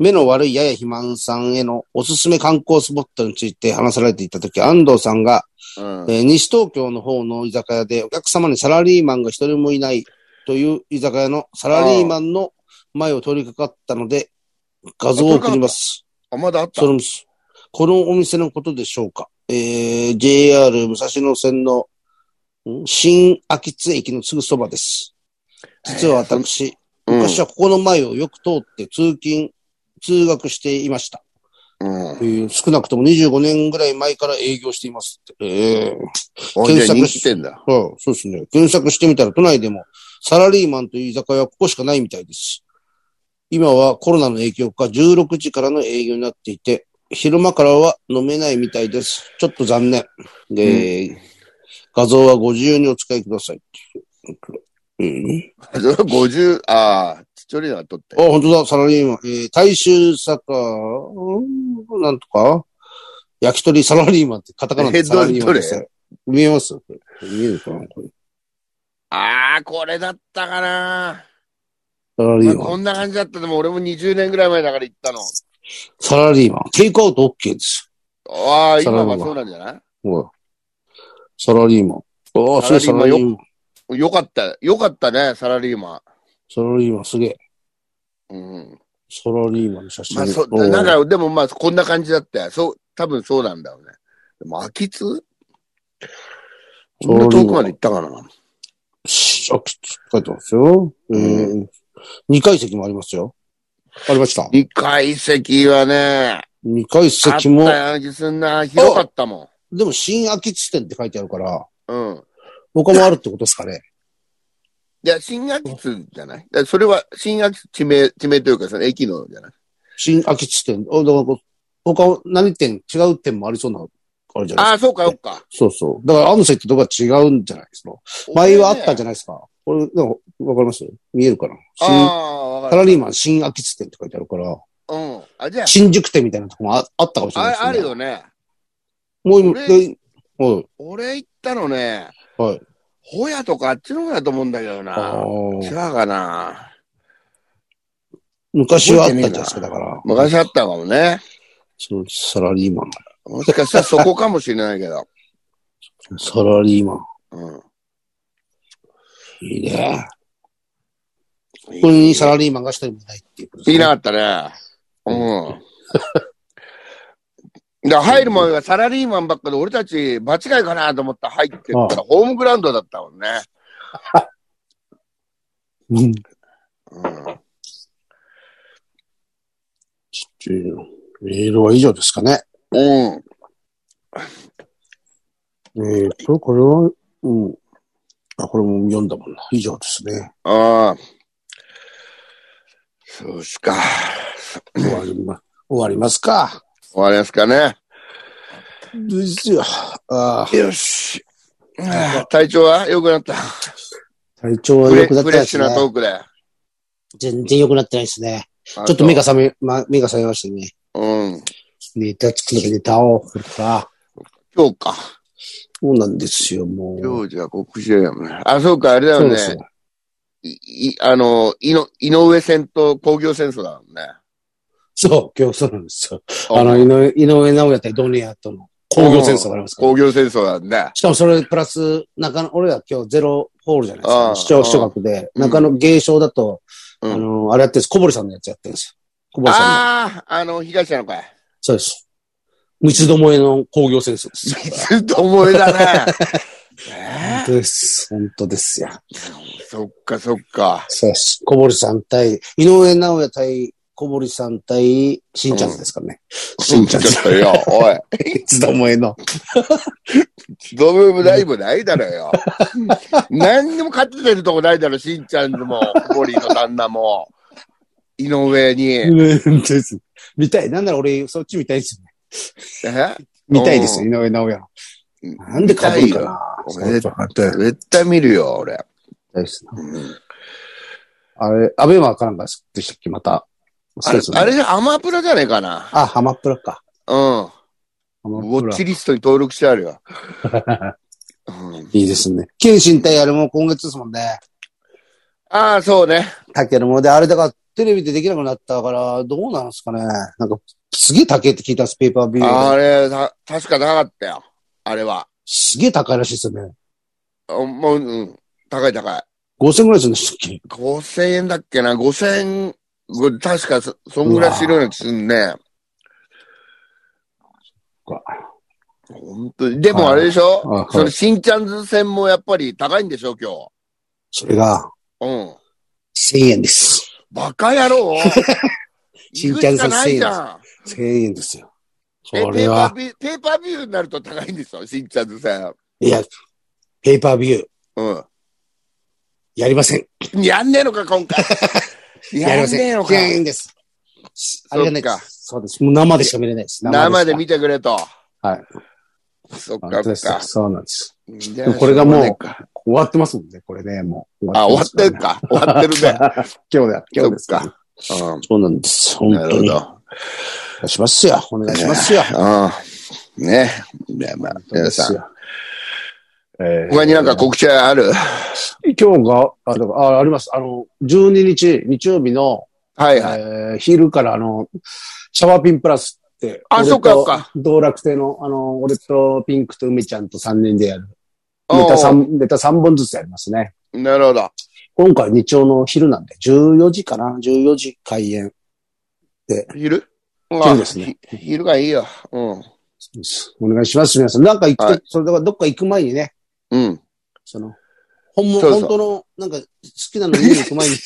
Speaker 2: 目の悪いやや肥満さんへのおすすめ観光スポットについて話されていたとき、安藤さんが、
Speaker 1: うん
Speaker 2: えー西東京の方の居酒屋でお客様にサラリーマンが一人もいないという居酒屋のサラリーマンの前を通りかかったので、画像を送ります。
Speaker 1: あ、まだあった
Speaker 2: そ。れも、このお店のことでしょうか。えー、JR 武蔵野線の、ん新秋津駅のすぐそばです。実は私、
Speaker 1: うん
Speaker 2: 昔はここの前をよく通って通勤、通学していました。
Speaker 1: うん。
Speaker 2: えー少なくとも25年ぐらい前から営業していますって。えー
Speaker 1: おじゃあ人気店だ。
Speaker 2: はい、そうですね。検索してみたら都内でもサラリーマンという居酒屋はここしかないみたいです。今はコロナの影響か16時からの営業になっていて、昼間からは飲めないみたいです。ちょっと残念。で、画像はご自由にお使いくださいっていう。うん
Speaker 1: それは50、ああ、ちっちょりなとっ
Speaker 2: あ、
Speaker 1: て。
Speaker 2: 本当だ、サラリーマン。えー大衆酒場、うんなんとか、焼き鳥サラリーマンってカタカナ
Speaker 1: え
Speaker 2: で
Speaker 1: ー
Speaker 2: サラリーマンで
Speaker 1: ど
Speaker 2: す。見えます見えるかなこれ
Speaker 1: ああ、これだったかな。
Speaker 2: サラリ
Speaker 1: まあ
Speaker 2: ーマン。
Speaker 1: こんな感じだったでも、俺も20年ぐらい前だから行ったの。
Speaker 2: サラリーマン。テイクアウト OK です。
Speaker 1: ああ、
Speaker 2: サラリ
Speaker 1: 今
Speaker 2: ーマ
Speaker 1: は
Speaker 2: ン
Speaker 1: そうなんじゃな
Speaker 2: ほら。サラリーマン。ああ、すげえ
Speaker 1: サ
Speaker 2: サ
Speaker 1: ラ
Speaker 2: ラ
Speaker 1: リ
Speaker 2: リ
Speaker 1: ーマン
Speaker 2: ーマン。
Speaker 1: いよかった。よかったね、サラリーマ
Speaker 2: サラリーマン、すげえ。
Speaker 1: ン。うん。
Speaker 2: サラリーマンの写真。
Speaker 1: まあ、そ
Speaker 2: おー
Speaker 1: なんか、でもまあ、こんな感じだったよ。そう、多分そうなんだろうね。でも、秋津こんな遠くまで行ったかな。
Speaker 2: しあ、きつ書いてますよ。えー、二階席もありますよ。ありました。
Speaker 1: 二階席はね、
Speaker 2: 二階
Speaker 1: あった
Speaker 2: 席
Speaker 1: よう
Speaker 2: も、
Speaker 1: な気すんな。広かったも
Speaker 2: でも新秋地点って書いてあるから、
Speaker 1: ん。うん。
Speaker 2: 他もあるってことですか ね。
Speaker 1: いや、新秋津じゃないだそれは、新秋津地名、地名というか、その駅のじゃない
Speaker 2: 新秋地点。あ、だからこう、他何点、違う点もありそうな、あれじゃない
Speaker 1: ああ、そうか、そうか。
Speaker 2: そうそう。だから、アムセってとこは違うんじゃないですか。前はあったんじ
Speaker 1: ゃん。
Speaker 2: ゃないですか。これ、なんか、わかります見えるかな
Speaker 1: あ
Speaker 2: 新
Speaker 1: あ、わ
Speaker 2: サ
Speaker 1: か
Speaker 2: ラ
Speaker 1: る。
Speaker 2: リーマン新秋津店って書いてあるから、
Speaker 1: うん。あ、じゃあ、
Speaker 2: 新宿店みたいなとこもああったかもしれない
Speaker 1: あ
Speaker 2: です、ね。
Speaker 1: あるよね。
Speaker 2: もう今、
Speaker 1: 俺
Speaker 2: ではい。
Speaker 1: 俺行ったのね、
Speaker 2: はい。
Speaker 1: ホヤとかあっちの方だと思うんだけど
Speaker 2: あ
Speaker 1: な。違う
Speaker 2: ー
Speaker 1: かな。
Speaker 2: 昔はあったんじゃないですか、だから。
Speaker 1: 昔あったかもね。
Speaker 2: そのサラリーマン。
Speaker 1: もしかしたらそこかもしれないけど。
Speaker 2: サラリーマン。
Speaker 1: うん。
Speaker 2: いいね。これにサラリーマンが一人もいないっていうことです、
Speaker 1: い
Speaker 2: ね。
Speaker 1: なかったね。うん。だから入る前はサラリーマンばっかで俺たち場違いかなと思ったら入ってったら
Speaker 2: ああ
Speaker 1: ホームグラウンドだったもんね。
Speaker 2: うん。
Speaker 1: うん。
Speaker 2: ちょっといいよメールは以上ですかね。
Speaker 1: うん。
Speaker 2: えーっと、これは、うん。あ、これも読んだもんな。以上ですね。
Speaker 1: ああ。そうっすか。
Speaker 2: 終わりま、終わりますか。
Speaker 1: 終わりますかね。
Speaker 2: ですよ。あー
Speaker 1: よし。ああ体調は良くなった。
Speaker 2: 体調は
Speaker 1: フレ
Speaker 2: 良くなってな
Speaker 1: フ
Speaker 2: い
Speaker 1: レッ
Speaker 2: です
Speaker 1: シュなト
Speaker 2: ね。
Speaker 1: ークで。
Speaker 2: 全然良くなってないですね。
Speaker 1: ちょ
Speaker 2: ちょっと目が覚め、ま、目が覚めましてね。
Speaker 1: うん。
Speaker 2: ネタ作るのにネタを、これから。
Speaker 1: 今日か。
Speaker 2: そうなんですよ、もう。
Speaker 1: 今日じゃ国試合やもんね。あ、そうか、あれだ
Speaker 2: そ
Speaker 1: よ
Speaker 2: うです
Speaker 1: ね
Speaker 2: よ。。
Speaker 1: い、いあの、いの、井上戦と工業戦争だもんね。
Speaker 2: そう、今日そうなんですよ。あの、井上、井上直也対ドネアとの工業戦争がありますから。
Speaker 1: 工業戦争だもんね。
Speaker 2: しかもそれプラス、中野、俺ら今日ゼロホールじゃないです
Speaker 1: ああ
Speaker 2: か。視聴、視聴覚で。
Speaker 1: うん
Speaker 2: 中野芸商だと、
Speaker 1: うん
Speaker 2: あの、あれやってるんです。小堀さんのやつやってるんですよ。小堀さんの。
Speaker 1: ああ、あの、東なのかい。
Speaker 2: そうです。三つどもえの工業戦争 です。
Speaker 1: ずっと思い だね。
Speaker 2: 本
Speaker 1: え
Speaker 2: 当です。本当ですよ。
Speaker 1: ーそっか、そっか。
Speaker 2: そうです。小堀さん対、井上直也対小堀さん対、新ちゃんですからね。新ちゃん
Speaker 1: ちょっとよ、おい。
Speaker 2: いつどもえの。
Speaker 1: ドブームライブないだろよ。何にも勝ててるとこないだろ、しんちゃんも、ボリーの旦那も、井上に。え
Speaker 2: うんです。見たい。なんなら俺、そっち見たいですよね。見たいですよ、井
Speaker 1: う
Speaker 2: 上直也の。
Speaker 1: うん
Speaker 2: なんでかぶるかな
Speaker 1: 見たいよ
Speaker 2: そうそ
Speaker 1: 俺
Speaker 2: う見たい
Speaker 1: 絶対見るよ、俺。
Speaker 2: ですね
Speaker 1: うん
Speaker 2: あれ、アベマかなんかでしたっけまた。
Speaker 1: あれ、あ
Speaker 2: れ
Speaker 1: れじゃ、アマプラじゃねえかな。
Speaker 2: あ、ハマプラか。
Speaker 1: うん。
Speaker 2: ハ
Speaker 1: ウ
Speaker 2: マプ
Speaker 1: ォッ
Speaker 2: ラ
Speaker 1: チリストに登録してあるよ。うん
Speaker 2: いいですね。謙信対あれも今月ですもんね。
Speaker 1: ああ、そうね。
Speaker 2: 竹のもので、あれだからテレビでできなくなったから、どうなんですかね。なんか、すげえ高いって聞いたんです、ペーパービュー
Speaker 1: あ
Speaker 2: で。
Speaker 1: れ、た確かなかったよ。あれは。
Speaker 2: すげえ高いらしいですよね。
Speaker 1: あもう、うん。高い高い。
Speaker 2: 5000ぐらいするんでしたっけ
Speaker 1: 5000円だっけな ?5000、ご確かそ、そんぐらいするような気すんね。
Speaker 2: そっか
Speaker 1: 本当に。でもあれでしょ、
Speaker 2: はいはい
Speaker 1: その新チャンズ戦もやっぱり高いんでしょ今
Speaker 2: それが、
Speaker 1: 日。うん。
Speaker 2: 1000円です。
Speaker 1: バカ野 郎
Speaker 2: 新チャンズ戦
Speaker 1: 行くしかないじゃん。
Speaker 2: 1000円ですよ。
Speaker 1: え
Speaker 2: それは、
Speaker 1: ペーパービュー、ペーパービューになると高いんですよ、新チャンズ戦。
Speaker 2: いや、ペーパービュー、
Speaker 1: う
Speaker 2: やりません。
Speaker 1: ん。やんねえのか、今回。
Speaker 2: やり
Speaker 1: や
Speaker 2: ま
Speaker 1: んね
Speaker 2: せ
Speaker 1: え
Speaker 2: ん。
Speaker 1: の
Speaker 2: 1000
Speaker 1: か。
Speaker 2: 円です。ありがないで
Speaker 1: そっか
Speaker 2: す。そうです。もう生でしか見れないです。
Speaker 1: 生で
Speaker 2: し
Speaker 1: 見てくれと。
Speaker 2: かはい。
Speaker 1: そっ
Speaker 2: 本
Speaker 1: か
Speaker 2: 当
Speaker 1: そ
Speaker 2: で
Speaker 1: っ
Speaker 2: すよ
Speaker 1: か。
Speaker 2: そうなんです。
Speaker 1: じゃ
Speaker 2: で
Speaker 1: あ
Speaker 2: もこれがもう
Speaker 1: しょうがね
Speaker 2: 終わってますもんね、これね、もう。
Speaker 1: えかあ、終わってるか。終わってるね。
Speaker 2: るね。今日だ、 今日です
Speaker 1: そ
Speaker 2: か。
Speaker 1: う
Speaker 2: そうなんです。
Speaker 1: ん。
Speaker 2: 本
Speaker 1: なる
Speaker 2: 当
Speaker 1: ほ
Speaker 2: に。お願
Speaker 1: ど。
Speaker 2: いしますよ。お願いしますよ。
Speaker 1: うん。ね。いやまあ、皆さん。
Speaker 2: ん。えー
Speaker 1: 他になんか告知ある
Speaker 2: 今日が、あ、だからああります。あの、12日、日曜日の、
Speaker 1: はいはい。
Speaker 2: えー昼から、あの、シャワーピンプラスって、
Speaker 1: あ
Speaker 2: 俺と
Speaker 1: そっかそっか。
Speaker 2: 道楽亭の、あの、俺とピンクと梅ちゃんと3人でやる。ネタ
Speaker 1: おう
Speaker 2: 3、ネタ三本ずつやりますね。
Speaker 1: なるほど。
Speaker 2: 今回日曜の昼なんで、14時かな ?14 時開演。
Speaker 1: 昼
Speaker 2: 昼ですね。
Speaker 1: ひ昼がいいよ。うん。
Speaker 2: お願いします、皆さん。なんか行くと、
Speaker 1: はい
Speaker 2: それだからどっか行く前にね、
Speaker 1: うん。
Speaker 2: その、本物、
Speaker 1: そうそう
Speaker 2: 本当の、なんか、好きなの見に行く前に。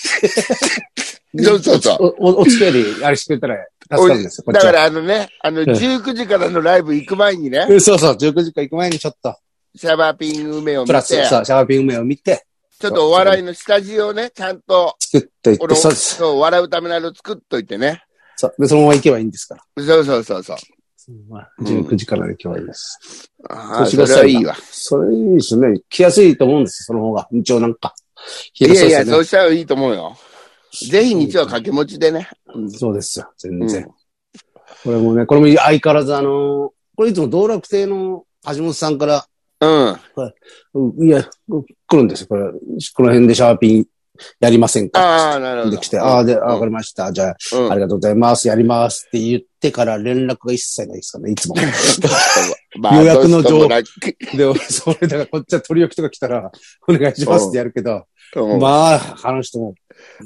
Speaker 1: そうそうそう
Speaker 2: お。おお付き合いであれしてくれたら助かるんですよ。こっ
Speaker 1: だ
Speaker 2: ち
Speaker 1: か
Speaker 2: は
Speaker 1: らあのね、あの、19時からのライブ行く前にね、
Speaker 2: うんそうそう、19時間行く前にちょっと、
Speaker 1: シャバーピング梅を見
Speaker 2: プ
Speaker 1: て、
Speaker 2: ラス、
Speaker 1: ち
Speaker 2: そ
Speaker 1: ょ
Speaker 2: う、シャワーピング名を見て、
Speaker 1: っとお笑いのスタジオをね、ちゃんと、
Speaker 2: 作っていっ
Speaker 1: こ
Speaker 2: て、
Speaker 1: の
Speaker 2: そうです。
Speaker 1: そう、笑うためのあれを作っといてね。
Speaker 2: そうで、そのまま行けばいいんですから。
Speaker 1: そうそうそうそう。
Speaker 2: まあ
Speaker 1: うん
Speaker 2: 19時からで今日はいいです。
Speaker 1: ああ、
Speaker 2: 年
Speaker 1: そ
Speaker 2: が
Speaker 1: れ
Speaker 2: さ
Speaker 1: はいいわ。
Speaker 2: それいいですね。来やすいと思うんですよ、その方が。一応なんか。
Speaker 1: いやいや、
Speaker 2: 広
Speaker 1: そ
Speaker 2: そう
Speaker 1: うしたらいいと思うよ。ぜひ日曜掛け持ちでね。
Speaker 2: ですねそうですよ、全然。
Speaker 1: う
Speaker 2: これもね、これも相変わらずあのーこれいつも道楽亭の橋本さんから、
Speaker 1: うん。
Speaker 2: うんいや、来るんですよ。これ、この辺でシャーピンやりませんか
Speaker 1: ああ、なるほ
Speaker 2: で
Speaker 1: ど。
Speaker 2: きて、ああ、で、あ
Speaker 1: うん
Speaker 2: わかりました。じゃあ、
Speaker 1: うん
Speaker 2: ありがとうございます。やりますって言ってから連絡が一切ないですからね、いつ も。
Speaker 1: まあ
Speaker 2: 予約の
Speaker 1: ど
Speaker 2: 情報
Speaker 1: うしてもなき
Speaker 2: で、それだからこっちは取り置きとか来たら、お願いしますってやるけど、
Speaker 1: うん
Speaker 2: まあ、あの人も、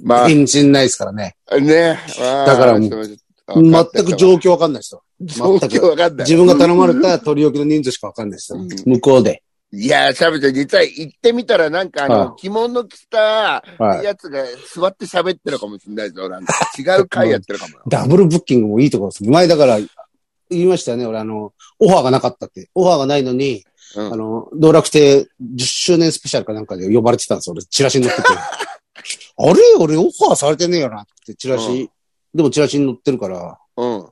Speaker 1: まあ
Speaker 2: 返信ないですからね。
Speaker 1: ね。
Speaker 2: だからもう全く状
Speaker 1: 況、
Speaker 2: 況わかんないですよ。
Speaker 1: 状況わかんない。
Speaker 2: 自分が頼まれた取り置きの人数しかわかんないですよ
Speaker 1: うん。
Speaker 2: 向こうで。
Speaker 1: いやー、シャブちゃん、実は行ってみたら、なんか、あ
Speaker 2: は
Speaker 1: の、着物着た
Speaker 2: はい
Speaker 1: やつが座って喋ってるかもしれないぞ。なんか、違う回やってるかもよ。
Speaker 2: ダブルブッキングもいいところです。前だから、言いましたよね、俺あの、オファーがなかったって。オファーがないのに、
Speaker 1: うん
Speaker 2: あの、道楽亭10周年スペシャルかなんかで呼ばれてたんですよ。俺、チラシに載っ てて。あれ俺オファーされてねえよなって、チラシ。でもチラシに載ってるから、
Speaker 1: うん。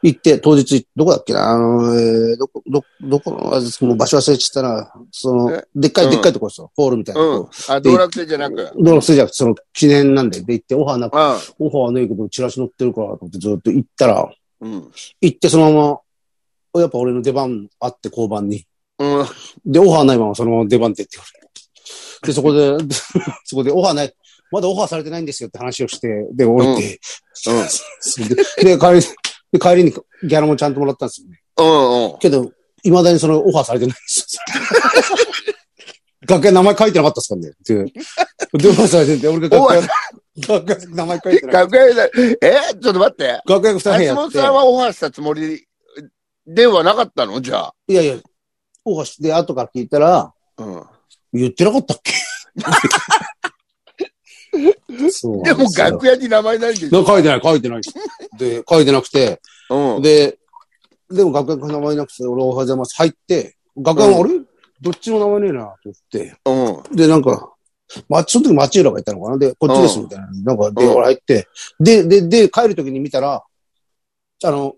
Speaker 2: 行って、当日、どこだっけなあの、えーどこ、ど、どこの、あもう場所忘れちゃったな。その
Speaker 1: え、
Speaker 2: でっかい、
Speaker 1: うん
Speaker 2: でっかいとこですよ。ホールみたいなとこ。
Speaker 1: うん。あ、道楽亭じゃなく。うん。
Speaker 2: どうせじゃなくてその記念なんで、で行って、オファーなく、
Speaker 1: あ
Speaker 2: オファーはねえけど、チラシ載ってるから、と思ってずっと行ったら、
Speaker 1: うん。
Speaker 2: 行ってそのまま、やっぱ俺の出番あって、交番に。
Speaker 1: うん。
Speaker 2: で、オファーないままそのまま出番って言ってくれ。で、そこで、 そこでオファーない、まだオファーされてないんですよって話をして、で、降りて、それで、 で帰り、で、帰りにギャラもちゃんともらったんですよね。
Speaker 1: うん。うん。
Speaker 2: けど、未だにそのオファーされてないんですよ。 楽屋名前書いてなかったっすからね。で、でオファーされてて、俺が楽屋、楽屋名前書いてなかった。
Speaker 1: 楽屋で、えちょっと待って。
Speaker 2: 楽屋二部屋
Speaker 1: 橋
Speaker 2: や
Speaker 1: 本
Speaker 2: って。
Speaker 1: さんはオファーしたつもりではなかったのじゃあ。
Speaker 2: いやいや、オファーして、後から聞いたら、
Speaker 1: うん。
Speaker 2: 言ってなかった っけそう
Speaker 1: で
Speaker 2: なん
Speaker 1: も
Speaker 2: すよ
Speaker 1: 楽屋に名前ないんでし
Speaker 2: な
Speaker 1: ょ
Speaker 2: 書いてない、書いてない。で、書いてなくて、
Speaker 1: うん。
Speaker 2: で、でも楽屋に名前なくて、俺おはようございます。入って、楽屋も、あれどっちも名前ねえな、と思って。
Speaker 1: うん。
Speaker 2: で、なんか、ま、その時町浦がいたのかなで、こっちです、
Speaker 1: うん
Speaker 2: みたいな。なんか、で、
Speaker 1: うん
Speaker 2: 俺入って、で、で、で、帰る時に見たら、あの、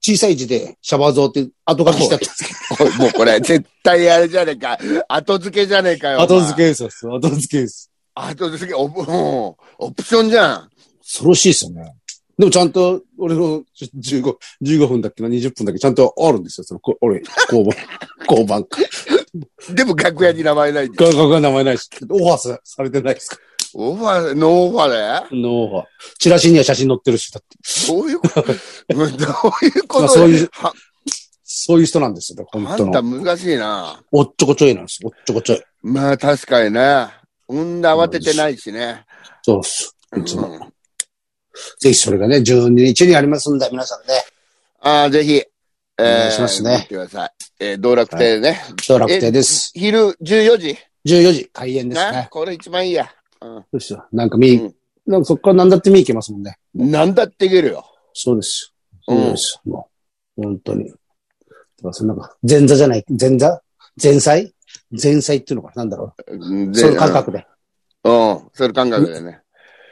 Speaker 2: 小さい字で、シャバ像って後書きしてあったんですけ
Speaker 1: おいもうこれ、絶対あれじゃねえか。後付けじゃねえかよ。
Speaker 2: ど。 後付
Speaker 1: け。
Speaker 2: けですよ、後付けです。
Speaker 1: 後付け、オプうんオプションじゃん。
Speaker 2: 恐ろしいですよね。でもちゃんと、俺の15、15分だっけな、20分だっけ、ちゃんとあるんですよ。その、こ俺、交番、 交番か。
Speaker 1: でも楽屋に名前ないんで。
Speaker 2: ガガガ名前ないし、オファーさされてないですか
Speaker 1: オファー、ノーオファーで
Speaker 2: らのオファー。チラシには写真載ってるし、だって。
Speaker 1: どういうこと どういうこ
Speaker 2: まあ
Speaker 1: と
Speaker 2: そう
Speaker 1: で
Speaker 2: いう
Speaker 1: は
Speaker 2: そういう人なんですよ、だから
Speaker 1: あ
Speaker 2: 本当
Speaker 1: んた
Speaker 2: の。
Speaker 1: 難しいな。
Speaker 2: おっちょこちょいなんですよ、おっちょこちょい。
Speaker 1: まあ確かにね。うんな慌ててないしね。
Speaker 2: そうっす。いつも。
Speaker 1: うん
Speaker 2: ぜひそれがね、12日にありますんで、皆さんね。
Speaker 1: ああ、ぜひ。えー
Speaker 2: お願いしますね
Speaker 1: 見てください。えー道楽亭ね。
Speaker 2: 道楽亭です。
Speaker 1: 昼14時
Speaker 2: 14時開演です
Speaker 1: な
Speaker 2: ね。
Speaker 1: これ一番いいや。うん
Speaker 2: そうですよ。なんか見、
Speaker 1: うん
Speaker 2: なんかそこから何だって見行けますもんね。
Speaker 1: なんだっていけるよ。
Speaker 2: そうです
Speaker 1: う
Speaker 2: よ。
Speaker 1: ん
Speaker 2: そうですよ。もう、本当に。だからそのなんか、前座じゃない、前座前菜前菜っていうのかななんだろう。
Speaker 1: で
Speaker 2: その感覚で。
Speaker 1: うん、それ感覚でね。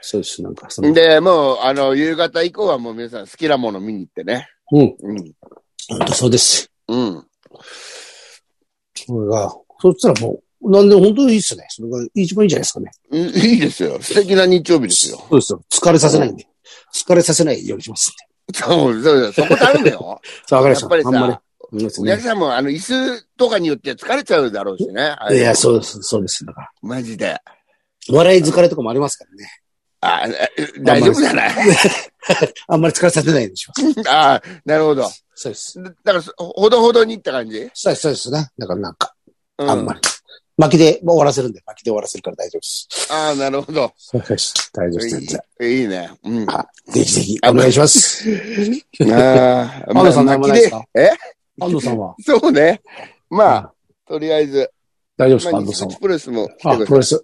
Speaker 2: そうです。なんか、その、
Speaker 1: で、もう、あの、夕方以降はもう皆さん好きなもの見に行ってね。
Speaker 2: うん。
Speaker 1: うん。
Speaker 2: 本当そうです。
Speaker 1: うん。
Speaker 2: それが、そしたらもう、なんでも本当にいいっすね。それが一番いいんじゃないですかね。
Speaker 1: うんいいですよ。素敵な日曜日で すよ。
Speaker 2: そうですよ。疲れさせないんで。疲れさせないようにしますんで。
Speaker 1: そう、そう、そこ頼むよ。
Speaker 2: そう、わかりま
Speaker 1: やっぱり
Speaker 2: した。
Speaker 1: さ
Speaker 2: あんまり。そうです
Speaker 1: お客
Speaker 2: ね
Speaker 1: さんも、あの、椅子とかによって疲れちゃうだろうしね。あれ
Speaker 2: いや、そうです。そうです。だから。
Speaker 1: マジで。
Speaker 2: 笑い疲れとかもありますからね。
Speaker 1: あ、大丈夫じゃない
Speaker 2: あんまり疲れさせないようにします。
Speaker 1: あなるほど。
Speaker 2: そうです。
Speaker 1: だから、そほどほどにって感じ、
Speaker 2: そうです、そうですね。だからなんか、
Speaker 1: うん、
Speaker 2: あんまり。巻きで、もう終わらせるんで、巻きで終わらせるから大丈夫です。
Speaker 1: ああ、なるほど。
Speaker 2: そうです。大丈夫です、全然。
Speaker 1: いいいいね。うん。あ
Speaker 2: あぜひぜひ、お願いします。
Speaker 1: あー、
Speaker 2: 安藤さん
Speaker 1: まあ
Speaker 2: 何もないですか
Speaker 1: 巻きで
Speaker 2: 安藤さんは
Speaker 1: えそうね。まあ、
Speaker 2: あ、
Speaker 1: とりあえず、
Speaker 2: 大丈夫です
Speaker 1: ま
Speaker 2: か、
Speaker 1: あ、
Speaker 2: 安藤
Speaker 1: 西
Speaker 2: さん
Speaker 1: 口プロレスも来て
Speaker 2: は。あ、
Speaker 1: く
Speaker 2: プ
Speaker 1: ださ
Speaker 2: ロ
Speaker 1: い。
Speaker 2: レス。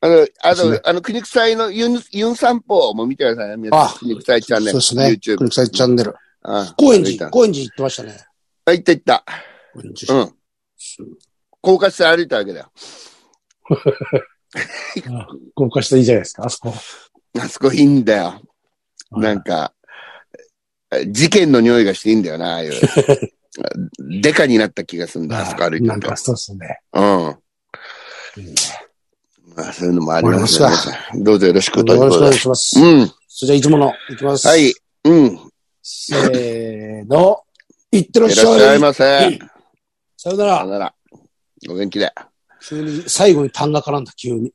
Speaker 1: あの、あ
Speaker 2: そうですね
Speaker 1: と、あの、国草井のユン、ユン散歩も見てくださいね。皆さん
Speaker 2: あ
Speaker 1: 国草井チャンネル。
Speaker 2: そうですね。
Speaker 1: YouTube。
Speaker 2: 国際チャンネル。
Speaker 1: あ
Speaker 2: 高円
Speaker 1: 行った
Speaker 2: 寺、高円寺行ってましたね。
Speaker 1: あ、行った行った。
Speaker 2: 高円
Speaker 1: う
Speaker 2: 寺
Speaker 1: ん。高架下歩いたわけだよ。
Speaker 2: あ豪華していいじゃないですか、あそこ。
Speaker 1: あそこいいんだよ。なんか、事件の匂いがしていいんだ よな、ああいう。デカになった気がするんだ、あそこ歩いて
Speaker 2: な
Speaker 1: る
Speaker 2: ん
Speaker 1: と。
Speaker 2: かそうですね。
Speaker 1: うん。
Speaker 2: うん
Speaker 1: まあ、そういうのもありますね。
Speaker 2: わ
Speaker 1: 皆
Speaker 2: かりま
Speaker 1: さんどうぞよろしくと
Speaker 2: よ
Speaker 1: いう
Speaker 2: ろ
Speaker 1: こ
Speaker 2: しくお
Speaker 1: と
Speaker 2: 願い
Speaker 1: で。
Speaker 2: します。
Speaker 1: うん。
Speaker 2: それじゃあ、いつもの、いきます。
Speaker 1: はい。。うん。い
Speaker 2: せーの。いってらっ
Speaker 1: らっ
Speaker 2: し
Speaker 1: し
Speaker 2: ゃ
Speaker 1: ゃい
Speaker 2: い。
Speaker 1: ませ。
Speaker 2: さよな
Speaker 1: さ
Speaker 2: ら
Speaker 1: よ。なら。お元気で。
Speaker 2: 急に、最後に単が絡んだ、急に。